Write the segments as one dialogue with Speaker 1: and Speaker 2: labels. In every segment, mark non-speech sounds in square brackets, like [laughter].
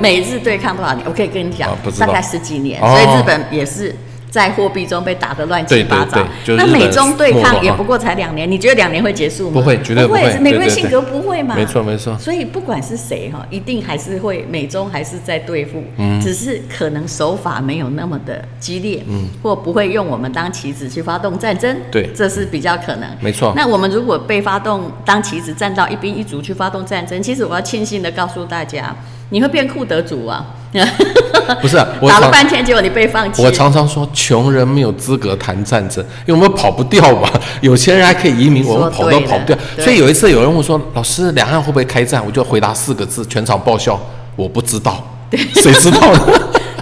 Speaker 1: 美日对抗多少年？我可以跟你讲，
Speaker 2: 啊不知
Speaker 1: 大
Speaker 2: 道
Speaker 1: 概十几年，
Speaker 2: 哦
Speaker 1: 所以日本也是。在货币中被打得乱七
Speaker 2: 对
Speaker 1: 八糟
Speaker 2: 对对就是
Speaker 1: 那
Speaker 2: 日本
Speaker 1: 美中对
Speaker 2: 没
Speaker 1: 抗
Speaker 2: 落
Speaker 1: 也不过才两年，你觉得两年会结束吗？
Speaker 2: 不会绝对
Speaker 1: 不
Speaker 2: 不会
Speaker 1: 每个人
Speaker 2: 对对
Speaker 1: 性格不会嘛。
Speaker 2: 没错没错
Speaker 1: 所以不管是谁哈，一定还是会美中还是在对付，
Speaker 2: 嗯
Speaker 1: 只是可能手法没有那么的激烈，嗯，或不会用我们当棋子去发动战争，
Speaker 2: 对
Speaker 1: 这是比较可能。
Speaker 2: 没错
Speaker 1: 那我们如果被发动当棋子站到一兵一卒去发动战争，其实我要庆幸的告诉大家，你会变库德族啊！ [laughs]
Speaker 2: 不是啊我
Speaker 1: 打了
Speaker 2: 常
Speaker 1: 半天，结果你被放弃。
Speaker 2: 我常常说，穷人没有资格谈战争，因为我们跑不掉嘛。 [laughs] 有些人还可以移民，
Speaker 1: 说
Speaker 2: 我们跑
Speaker 1: 对
Speaker 2: 都
Speaker 1: 了
Speaker 2: 跑不掉。
Speaker 1: 对
Speaker 2: 所以有一次有人问我说：“老师，两岸会不会开战？”我就回答四个字，全场爆笑。我不
Speaker 1: [laughs]
Speaker 2: 知道，谁知道呢？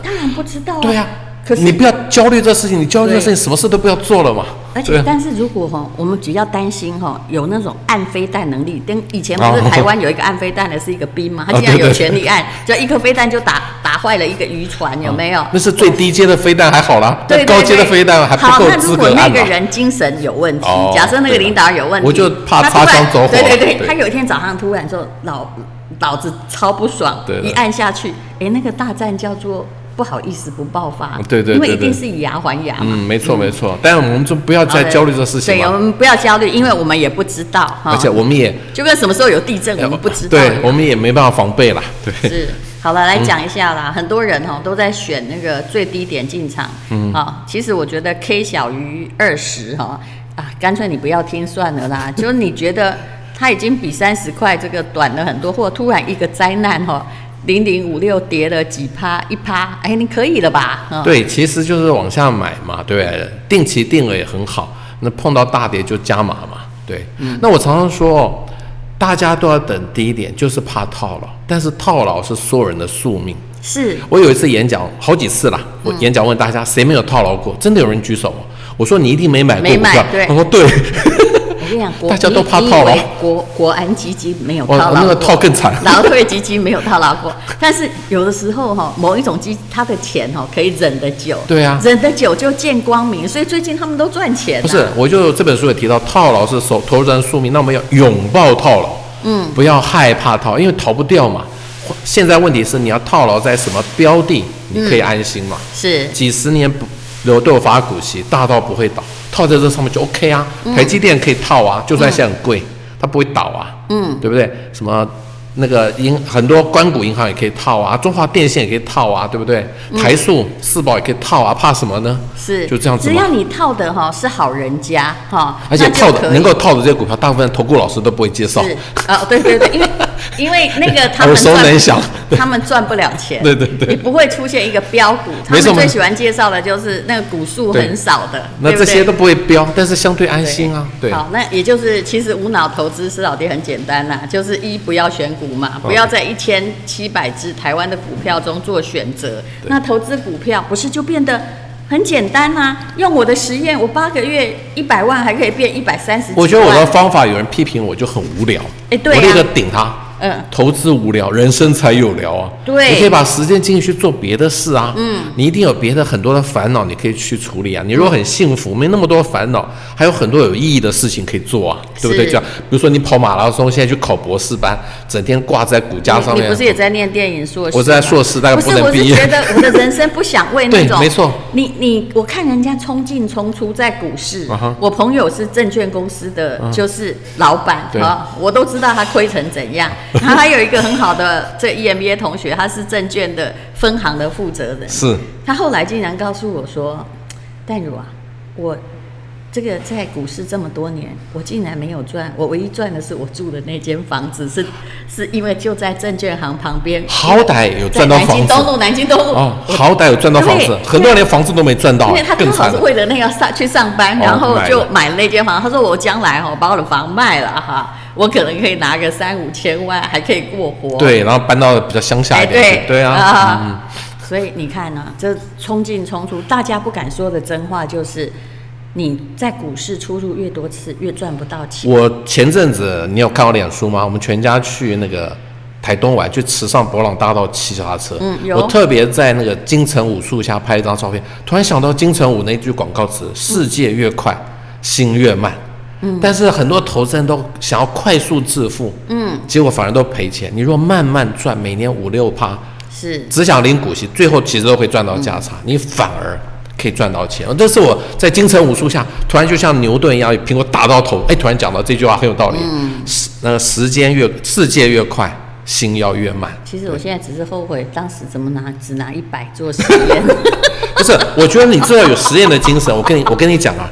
Speaker 1: 当然不知道、啊。
Speaker 2: 对呀、
Speaker 1: 可是
Speaker 2: 你不要焦虑这事情，你焦虑这
Speaker 1: 对
Speaker 2: 事情，什么事都不要做了嘛。
Speaker 1: 而
Speaker 2: 对
Speaker 1: 且，
Speaker 2: 啊
Speaker 1: 但是如果哈，我们比较担心哈，有那种按飞弹能力，跟以前不是
Speaker 2: 哦
Speaker 1: 台湾有一个按飞弹的是一个兵嘛，他
Speaker 2: 哦
Speaker 1: 竟然
Speaker 2: 对
Speaker 1: 有
Speaker 2: 对
Speaker 1: 权利按，就一颗飞弹就打打坏了一个渔船，有没有？
Speaker 2: 那是最低阶的飞弹还好啦，
Speaker 1: 哦对对
Speaker 2: 那高阶的
Speaker 1: 对
Speaker 2: 飞弹还不
Speaker 1: 好，
Speaker 2: 够
Speaker 1: 那
Speaker 2: 资
Speaker 1: 如
Speaker 2: 格
Speaker 1: 果那
Speaker 2: 按
Speaker 1: 个
Speaker 2: 嘛。
Speaker 1: 人啊精神有问题，
Speaker 2: 哦
Speaker 1: 假设那个
Speaker 2: 对了
Speaker 1: 领导有问题，
Speaker 2: 我就怕
Speaker 1: 他突然
Speaker 2: 擦枪走火
Speaker 1: 对对对，
Speaker 2: 对
Speaker 1: 他有一天早上突然说老老子超不爽，
Speaker 2: 对了
Speaker 1: 一按下去，哎，那个大战叫做不好意思不爆发，
Speaker 2: 嗯对对对
Speaker 1: 因为一定
Speaker 2: 对
Speaker 1: 是以牙还牙嘛
Speaker 2: 嗯，。没错没错，但我们就不要再焦虑这事情
Speaker 1: 对，我
Speaker 2: 嘛。
Speaker 1: 们不要焦虑，因为我们也不知道哈。
Speaker 2: 而且我们也
Speaker 1: 就跟什么时候有地震，我们不知道。
Speaker 2: 对，我们也没办法防备啦。对。
Speaker 1: [laughs] 是好了，来讲一下啦。很多人哦都在选那个最低点进场，嗯啊、其实我觉得 K 小于二十哈啊，干脆你不要听算了啦。就是你觉得它已经比三十块这个短了很多，或突然一个灾难哈，零零五六跌了几趴一趴，哎，你可以了吧？嗯、
Speaker 2: 对，其实就是往下买嘛，对不对，定期定额也很好。那碰到大跌就加码嘛，对。那我常常说，哦，大家都要等低点，就是怕套牢。但是套牢是所有人的宿命。
Speaker 1: 是
Speaker 2: 我有一次演讲，好几次啦，
Speaker 1: 嗯
Speaker 2: 我演讲问大家、谁没有套牢过，真的有人举手哦。我说你一定没买过
Speaker 1: 没
Speaker 2: 股
Speaker 1: 买
Speaker 2: 票
Speaker 1: 对，
Speaker 2: 他说对，
Speaker 1: 我跟你讲，国
Speaker 2: 大家都怕
Speaker 1: 你你以
Speaker 2: 套牢
Speaker 1: 为国国安基金没有套
Speaker 2: 我
Speaker 1: 牢过，
Speaker 2: 那个套更惨
Speaker 1: [laughs] 劳退基金没有套牢过。但是有的时候哈、某一种基它的钱哈、可以忍得久，
Speaker 2: 对啊
Speaker 1: 忍得久就见光明，所以最近他们都赚钱、啊。
Speaker 2: 不是，我就这本书也提到，套牢是手投资人宿命，那我们要拥抱套牢，嗯，不要害怕套，因为逃不掉嘛。现在问题是你要套牢在什么标的，你可以安心嘛？
Speaker 1: 是
Speaker 2: 几十年不留都有发股息，大到不会倒，套在这上面就 OK 啊。台积电可以套啊，就算现在很贵，它不会倒啊，嗯，对不对？什么？那个银很多关谷银行也可以套啊，中华电信也可以套啊，对不对？台塑、四宝也可以套啊，怕什么呢？
Speaker 1: 是，
Speaker 2: 就这样子
Speaker 1: 只
Speaker 2: 嘛
Speaker 1: 要你套的哈、是好人家哈、
Speaker 2: 而且
Speaker 1: 那就
Speaker 2: 套
Speaker 1: 可
Speaker 2: 的
Speaker 1: 以
Speaker 2: 能够套的这些股票，大部分投顾老师都不会介绍。
Speaker 1: 是啊、对对对，
Speaker 2: [laughs]
Speaker 1: 因为因为那个他们
Speaker 2: 耳熟
Speaker 1: 赚
Speaker 2: 能详
Speaker 1: 他们赚不了钱，
Speaker 2: 对对对
Speaker 1: 也不会出现一个标股，他
Speaker 2: 没
Speaker 1: 们
Speaker 2: 错
Speaker 1: 最
Speaker 2: 没
Speaker 1: 喜欢介绍的就是那个股数
Speaker 2: 对
Speaker 1: 很少的，
Speaker 2: 那
Speaker 1: 对不
Speaker 2: 这
Speaker 1: 对
Speaker 2: 些都不会标，但是相对安心啊。对，
Speaker 1: 好，那也就是其实无脑投资施老爹很简单啦，就是一不要选股嘛，
Speaker 2: 哦
Speaker 1: 不要在一千七百只台湾的股票中做选择。那投资股票不是就变得很简单啦、用我的实验，我八个月一百万还可以变一百三十。
Speaker 2: 我觉得我的方法有人批评我就很无聊，
Speaker 1: 哎对啊
Speaker 2: 我立刻顶他。
Speaker 1: 嗯
Speaker 2: 投资无聊，人生才有聊啊。
Speaker 1: 对
Speaker 2: 你可以把时间精力去做别的事啊。嗯，你一定有别的很多的烦恼，你可以去处理啊。你如果很幸福，没那么多烦恼，还有很多有意义的事情可以做啊，对不对？
Speaker 1: 是
Speaker 2: 这样，比如说你跑马拉松，现在去考博士班，整天挂在骨架上
Speaker 1: 你
Speaker 2: 面。
Speaker 1: 你不是也在念电影硕士吗？
Speaker 2: 我是在硕士大概
Speaker 1: 不
Speaker 2: 不
Speaker 1: 是，
Speaker 2: 能
Speaker 1: 我是
Speaker 2: 毕业
Speaker 1: 觉得我的人生不想为那种。
Speaker 2: 对没错。
Speaker 1: 你你，我看人家冲进冲出在股市
Speaker 2: 啊哈啊
Speaker 1: 我朋友是证券公司的，就是老板
Speaker 2: 对
Speaker 1: 啊，我都知道他亏成怎
Speaker 2: [laughs]
Speaker 1: 样。然后还有一个很好的这 E EMBA 同学，他是证券的分行的负责人。
Speaker 2: 是
Speaker 1: 他后来竟然告诉我说：“淡如啊，我这个在股市这么多年，我竟然没有赚，我唯一赚的是我住的那间房子，是是因为就在证券行旁边，
Speaker 2: 好歹有赚到
Speaker 1: 在南京
Speaker 2: 房子
Speaker 1: 东路，南京东路
Speaker 2: 哦，好歹有赚到房子
Speaker 1: 对，
Speaker 2: 很多人连房子都没赚到
Speaker 1: 因为他，刚
Speaker 2: 更
Speaker 1: 好
Speaker 2: 惨
Speaker 1: 是
Speaker 2: 了。
Speaker 1: 为了那个上去上班，
Speaker 2: 哦
Speaker 1: 然后
Speaker 2: 买了
Speaker 1: 就买了那间房。他说我将来哦，把我的房卖了哈，我可能可以拿个三五千万，还可以过活。
Speaker 2: 对，然后搬到比较乡下
Speaker 1: 哎，
Speaker 2: 一点
Speaker 1: 对
Speaker 2: 去，对啊，嗯
Speaker 1: 所以你看呢、这冲进冲出，大家不敢说的真话就是，你在股市出入越多次，越赚不到钱。
Speaker 2: 嗯我前阵子你有看我脸书吗？我们全家去那个台东玩，去池上博朗大道骑脚踏车。
Speaker 1: 嗯有
Speaker 2: 我特别在那个金城武树下拍一
Speaker 1: 嗯
Speaker 2: 张照片，突然想到金城武那句广告词：“世界越快，心越慢。”嗯，但是很多投资人都想要快速致富，嗯，结果反而都赔钱。你如果慢慢赚，每年五六趴，
Speaker 1: 是
Speaker 2: 只想领股息，最后其实都会赚到价差，
Speaker 1: 嗯
Speaker 2: 你反而可以赚到钱。这是我在金城武术下，突然就像牛顿一样，苹果打到头，哎，突然讲到这句话很有道理。嗯，时那个时间越世界越快，心要越慢。
Speaker 1: 其实我现在只是后悔当时怎么拿只拿一百做实验。
Speaker 2: 不是，我觉得你至少有实验的精神。我 [laughs] 跟你，我跟你讲啊，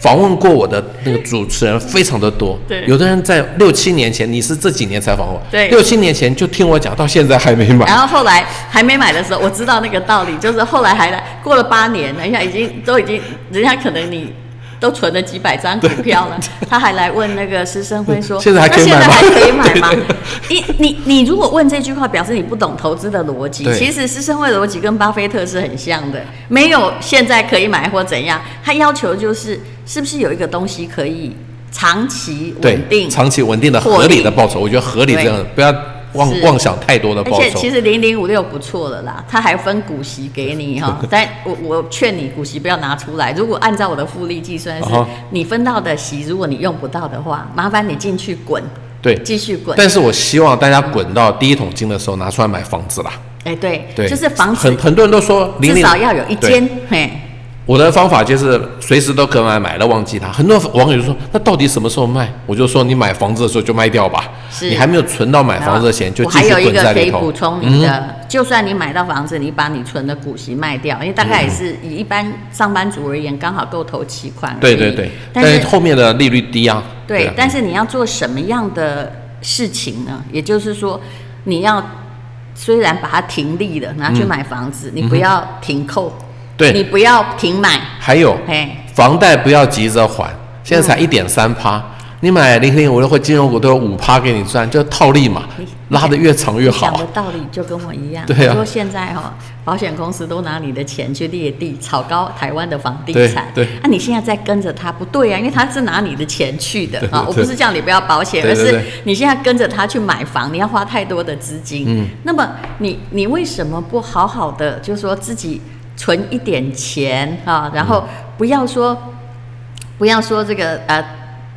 Speaker 2: 访问过我的那个主持人非常的多，
Speaker 1: 对
Speaker 2: 有的人在六七年前，你是这几年才访问我，
Speaker 1: 对
Speaker 2: 六七年前就听我讲，到现在还没买。
Speaker 1: 然后后来还没买的时候，我知道那个道理，就是后来还来过了八年，人家已经都已经，人家可能你都存了几百张股票了，他还来问那个师生辉说，
Speaker 2: 现在还可以买吗
Speaker 1: 那现在还可以买吗
Speaker 2: 对 [laughs] 对对？
Speaker 1: 你你你如果问这句话，表示你不懂投资的逻辑。
Speaker 2: 对
Speaker 1: 其实师生辉的逻辑跟巴菲特是很像的，没有现在可以买或怎样，他要求就是是不是有一个东西可以长期
Speaker 2: 对
Speaker 1: 稳，定，
Speaker 2: 长期稳定的、
Speaker 1: 获利
Speaker 2: 合理的报酬，我觉得合理这样，不要妄
Speaker 1: 是
Speaker 2: 妄想太多的
Speaker 1: 而
Speaker 2: 报
Speaker 1: 且
Speaker 2: 酬。
Speaker 1: 其实零零五六不错了啦，它还分股息给你哈。
Speaker 2: [laughs]
Speaker 1: 但我我劝你股息不要拿出来。如果按照我的复利计算是，
Speaker 2: 啊哈
Speaker 1: 你分到的息，如果你用不到的话，麻烦你进去滚，
Speaker 2: 对，
Speaker 1: 继续滚。
Speaker 2: 但是我希望大家滚到第一桶金的时候拿出来买房子啦。
Speaker 1: 哎，对，
Speaker 2: 对，
Speaker 1: 就是房子
Speaker 2: 很很多人都说零
Speaker 1: 至
Speaker 2: 零
Speaker 1: 少要有一
Speaker 2: 对
Speaker 1: 间，嘿，
Speaker 2: 我的方法就是随时都可买，买了忘记它。很多网友就说，那到底什么时候卖？我就说，你买房子的时候就卖掉吧，
Speaker 1: 是
Speaker 2: 你还没有存到买房子的钱，就
Speaker 1: 我
Speaker 2: 继
Speaker 1: 还
Speaker 2: 续
Speaker 1: 有一
Speaker 2: 滚
Speaker 1: 个
Speaker 2: 在
Speaker 1: 可
Speaker 2: 里
Speaker 1: 以
Speaker 2: 头嗯
Speaker 1: 补。充你的，就算你买到房子，你把你存的股息卖掉，因为大概也是以一般上班族而言，刚好够投期款而已。
Speaker 2: 嗯对对对，
Speaker 1: 但
Speaker 2: 但
Speaker 1: 是
Speaker 2: 是后面的利率低啊。
Speaker 1: 对，
Speaker 2: 啊
Speaker 1: 但是你要做什么样的事情呢？也就是说，你要虽然把它停利了，拿去买房子，你不要停扣，
Speaker 2: 嗯对
Speaker 1: 你不要停买，
Speaker 2: 还有
Speaker 1: 哎，
Speaker 2: 房贷不要急着还，现在才一点三趴。你买零零五六或金融股都有五趴给你赚，就套利嘛
Speaker 1: 你，
Speaker 2: 拉得越长越好
Speaker 1: 讲
Speaker 2: 啊
Speaker 1: 的。道理就跟我一样。
Speaker 2: 对啊
Speaker 1: 我说现在哈、保险公司都拿你的钱去列地，炒高台湾的房地产。
Speaker 2: 对对
Speaker 1: 啊，你现在在跟着他不对啊，因为他是拿你的钱去的
Speaker 2: 对
Speaker 1: 啊。
Speaker 2: 对
Speaker 1: 我不是叫你不要保险，
Speaker 2: 对对
Speaker 1: 而
Speaker 2: 对
Speaker 1: 是你现在跟着他去买房，你要花太多的资金。嗯，那么你你为什么不好好的，就是说自己存一点钱啊，然后
Speaker 2: 嗯
Speaker 1: 不要说。不要说这个呃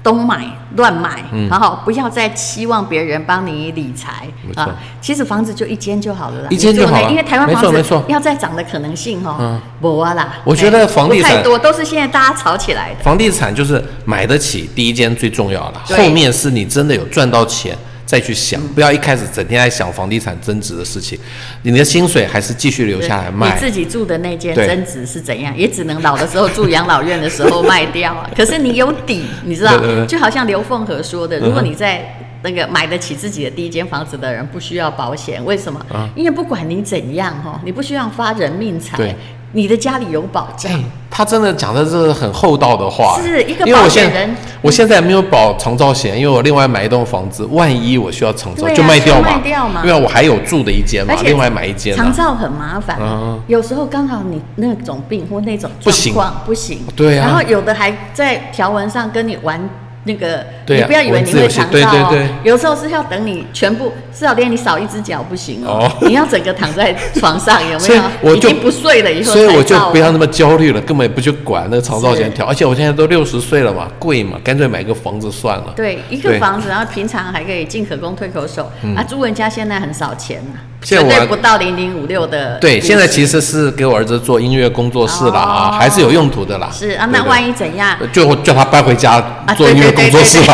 Speaker 1: 东买乱买，
Speaker 2: 嗯
Speaker 1: 然后不要再期望别人帮你理财
Speaker 2: 没错
Speaker 1: 啊。其实房子就一间就好了啦，
Speaker 2: 一间就好了
Speaker 1: 你住那因为台湾
Speaker 2: 没错
Speaker 1: 房
Speaker 2: 没
Speaker 1: 子
Speaker 2: 错
Speaker 1: 要再涨的可能性哦
Speaker 2: 嗯，
Speaker 1: 不啊啦。
Speaker 2: 我觉得
Speaker 1: 哎
Speaker 2: 房地
Speaker 1: 不太
Speaker 2: 产
Speaker 1: 多，都是现在大家炒起来的。
Speaker 2: 房地产就是买得起，第一间最重要了，
Speaker 1: 对
Speaker 2: 后面是你真的有赚到钱再去想，不要一开始整天在想房地产增值的事情，你的薪水还是继续留下来
Speaker 1: 你
Speaker 2: 卖。
Speaker 1: 自己住的那间
Speaker 2: 对
Speaker 1: 增值是怎样？也只能老的时候住养老院的时候卖掉
Speaker 2: [laughs]
Speaker 1: 啊。可是你有底，你知道？
Speaker 2: 对对对
Speaker 1: 就好像刘凤和说的，
Speaker 2: 哼
Speaker 1: 如果你在那个买得起自己的第一间房子的人，不需要保险，为什么？
Speaker 2: 啊
Speaker 1: 因为不管你怎样哈，你不需要发人命财
Speaker 2: 对，
Speaker 1: 你的家里有保障。
Speaker 2: 哎， [clears throat] 他真的讲的是很厚道的话，
Speaker 1: 是一个
Speaker 2: 因为
Speaker 1: 保
Speaker 2: 我
Speaker 1: 险
Speaker 2: 现
Speaker 1: 人
Speaker 2: 我现在没有保长照险，因为我另外买一栋房子，万一我需要长照
Speaker 1: 对啊
Speaker 2: 就卖掉
Speaker 1: 就
Speaker 2: 嘛，
Speaker 1: 卖掉嘛
Speaker 2: 因为我还有住的一间嘛
Speaker 1: 而，且
Speaker 2: 另外买一间啊
Speaker 1: 长
Speaker 2: 嘛，
Speaker 1: 照很麻烦，
Speaker 2: 嗯
Speaker 1: 有时候刚好你那种病或那种
Speaker 2: 不行
Speaker 1: 状况不行，
Speaker 2: 对啊
Speaker 1: 然后有的还在条文上跟你玩那个，
Speaker 2: 对啊
Speaker 1: 你不要以为你会长照、哦，
Speaker 2: 文字游戏对对对
Speaker 1: 有时候是要等你全部，至少连你少一只脚不行哦，
Speaker 2: 哦
Speaker 1: 你要整个躺在床上，有没
Speaker 2: [laughs] 所以
Speaker 1: 有？
Speaker 2: 我
Speaker 1: 已
Speaker 2: 就
Speaker 1: 经不睡了以后才
Speaker 2: 所以
Speaker 1: 照啊，
Speaker 2: 我就不要那么焦虑了，根本也不去管那个长照
Speaker 1: 是
Speaker 2: 险条，而且我现在都六十岁了嘛，贵嘛，干脆买个房子算了。
Speaker 1: 对一个
Speaker 2: 对嗯
Speaker 1: 房子，然后平常还可以进可攻退可守、啊，住人家现在很少钱啊，
Speaker 2: 现
Speaker 1: 绝
Speaker 2: 在我
Speaker 1: 对不到零零五六的利息，
Speaker 2: 对，现在其实是给我儿子做音乐工作室啦，啊，
Speaker 1: 哦
Speaker 2: 还是有用途的啦。
Speaker 1: 是啊，那万一怎样？
Speaker 2: 一就叫他搬回家
Speaker 1: 啊，
Speaker 2: 做
Speaker 1: 对
Speaker 2: 音乐
Speaker 1: 对
Speaker 2: 工
Speaker 1: 对
Speaker 2: 作室
Speaker 1: [laughs] 对
Speaker 2: 吧。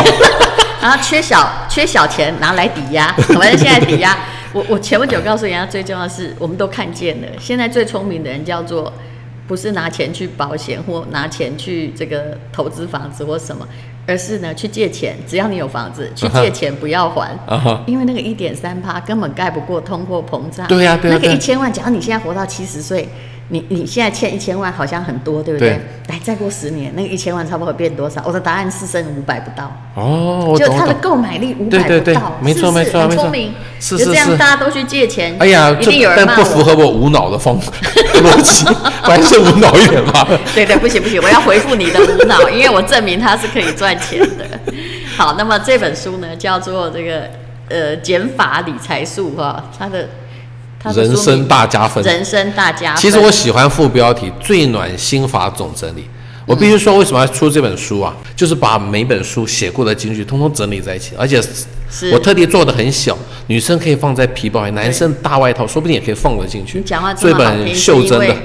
Speaker 1: 然后缺小缺小钱拿来抵押，反正现在抵押。我我前不久告诉人家，最重要的是我们都看见了，现在最聪明的人叫做不是拿钱去保险或拿钱去这个投资房子或什么，而是呢去借钱，只要你有房子去借钱不要还。
Speaker 2: 啊哈，
Speaker 1: 因为那个一点三趴根本盖不过通货膨胀。
Speaker 2: 对呀对
Speaker 1: 那
Speaker 2: 呀啊
Speaker 1: 个
Speaker 2: 对
Speaker 1: 一
Speaker 2: 呀
Speaker 1: 千万，假如你现在活到七十岁，你你现在欠一千万好像很多，对不
Speaker 2: 对
Speaker 1: 来，再过十年，那个一千万差不多会变多少？我的答案是剩五百不到，
Speaker 2: 哦，我
Speaker 1: 就
Speaker 2: 懂
Speaker 1: 它
Speaker 2: 我
Speaker 1: 的
Speaker 2: 懂。
Speaker 1: 购买力五
Speaker 2: 对
Speaker 1: 百
Speaker 2: 对
Speaker 1: 不
Speaker 2: 对
Speaker 1: 到，
Speaker 2: 没错
Speaker 1: 是不是
Speaker 2: 没错
Speaker 1: 很
Speaker 2: 没错
Speaker 1: 聪明。
Speaker 2: 是
Speaker 1: 就是这样
Speaker 2: 是
Speaker 1: 大家都去借钱，
Speaker 2: 哎呀，
Speaker 1: 一
Speaker 2: 这
Speaker 1: 定有人
Speaker 2: 但
Speaker 1: 骂
Speaker 2: 不符
Speaker 1: 我。
Speaker 2: 合我无脑的方 [laughs] 逻辑，还是无脑一点吧。
Speaker 1: [laughs] 对对，不行不行，我要回复你的无脑，因为我证明它是可以赚钱
Speaker 2: [laughs]
Speaker 1: 的。好，那么这本书呢，叫做这个呃减法理财术哈，它的它的
Speaker 2: 人
Speaker 1: 书名
Speaker 2: 生大加分。
Speaker 1: 人生大家。
Speaker 2: 其实我喜欢副标题“最暖心法总整理”。我必须说，为什么要出这本书啊？
Speaker 1: 嗯
Speaker 2: 就是把每本书写过的金句通通整理在一起，而且
Speaker 1: 是
Speaker 2: 我特地做的很小，女生可以放在皮包里，男生大外套说不定也可以放得进去。
Speaker 1: 你讲话
Speaker 2: 这
Speaker 1: 这么好听，
Speaker 2: 本
Speaker 1: 是
Speaker 2: 袖
Speaker 1: 因
Speaker 2: 珍
Speaker 1: 为
Speaker 2: 的，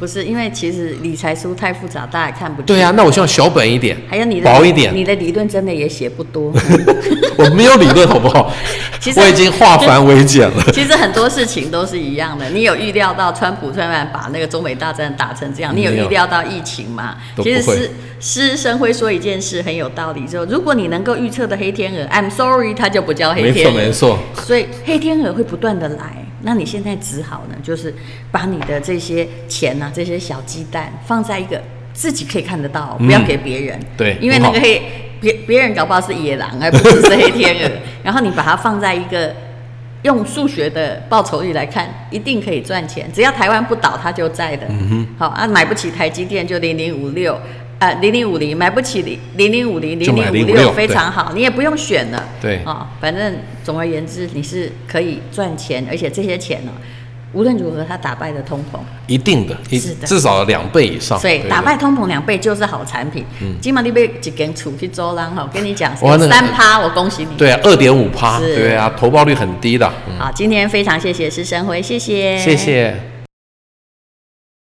Speaker 1: 不是因为其实理财书太复杂，大家也看不进
Speaker 2: 对呀、那我希望小本一点，
Speaker 1: 还有你的
Speaker 2: 薄一点，
Speaker 1: 你的理论真的也写不
Speaker 2: [laughs]
Speaker 1: 多。
Speaker 2: 我没有理论好不好
Speaker 1: [laughs] 其？实
Speaker 2: 我已经化繁为简
Speaker 1: [laughs]
Speaker 2: 了。
Speaker 1: 其实很多事情都是一样的，你有预料到川普突然把那个中美大战打成这样，你有
Speaker 2: 没有
Speaker 1: 预料到疫情吗？
Speaker 2: 都不
Speaker 1: 其
Speaker 2: 会
Speaker 1: 实施施生辉说一件事很有道理，就如果你能够预测的黑天鹅，I'm sorry，它就不叫黑
Speaker 2: 没
Speaker 1: 天
Speaker 2: 错
Speaker 1: 鹅。
Speaker 2: 没错，
Speaker 1: 所以黑天鹅会不断的来，那你现在只好呢，就是把你的这些钱呐、这些小鸡蛋放在一个自己可以看得到，
Speaker 2: 嗯
Speaker 1: 不要给别人。
Speaker 2: 对
Speaker 1: 因为
Speaker 2: 很
Speaker 1: 那
Speaker 2: 好
Speaker 1: 个黑别别人搞不好是野狼，而不是是黑天鹅。然后你把它放在一个用数学的报酬率来看，一定可以赚钱。只要台湾不倒，它就在的。嗯、好啊，买不起台积电就零零五六。啊，零零五零买不起零零零五零
Speaker 2: 就
Speaker 1: 零
Speaker 2: 买
Speaker 1: 零五
Speaker 2: 0056
Speaker 1: 六非常好，你也不用选了。
Speaker 2: 对
Speaker 1: 啊、反正总而言之，你是可以赚钱，而且这些钱呢、无论如何它打败了通膨，
Speaker 2: 一定的，一
Speaker 1: 是的
Speaker 2: 至少两倍以上。
Speaker 1: 所以
Speaker 2: 哦对
Speaker 1: 打
Speaker 2: 对
Speaker 1: 败通膨两倍就是好产品。嗯，今晚你被几根储去周浪哈，跟你讲
Speaker 2: 哇那个
Speaker 1: 三趴，我恭喜你。，
Speaker 2: 对啊，二点五趴，
Speaker 1: 是
Speaker 2: 对啊，投报率很低的，嗯
Speaker 1: 好，今天非常谢谢施生辉，谢谢，
Speaker 2: 谢谢。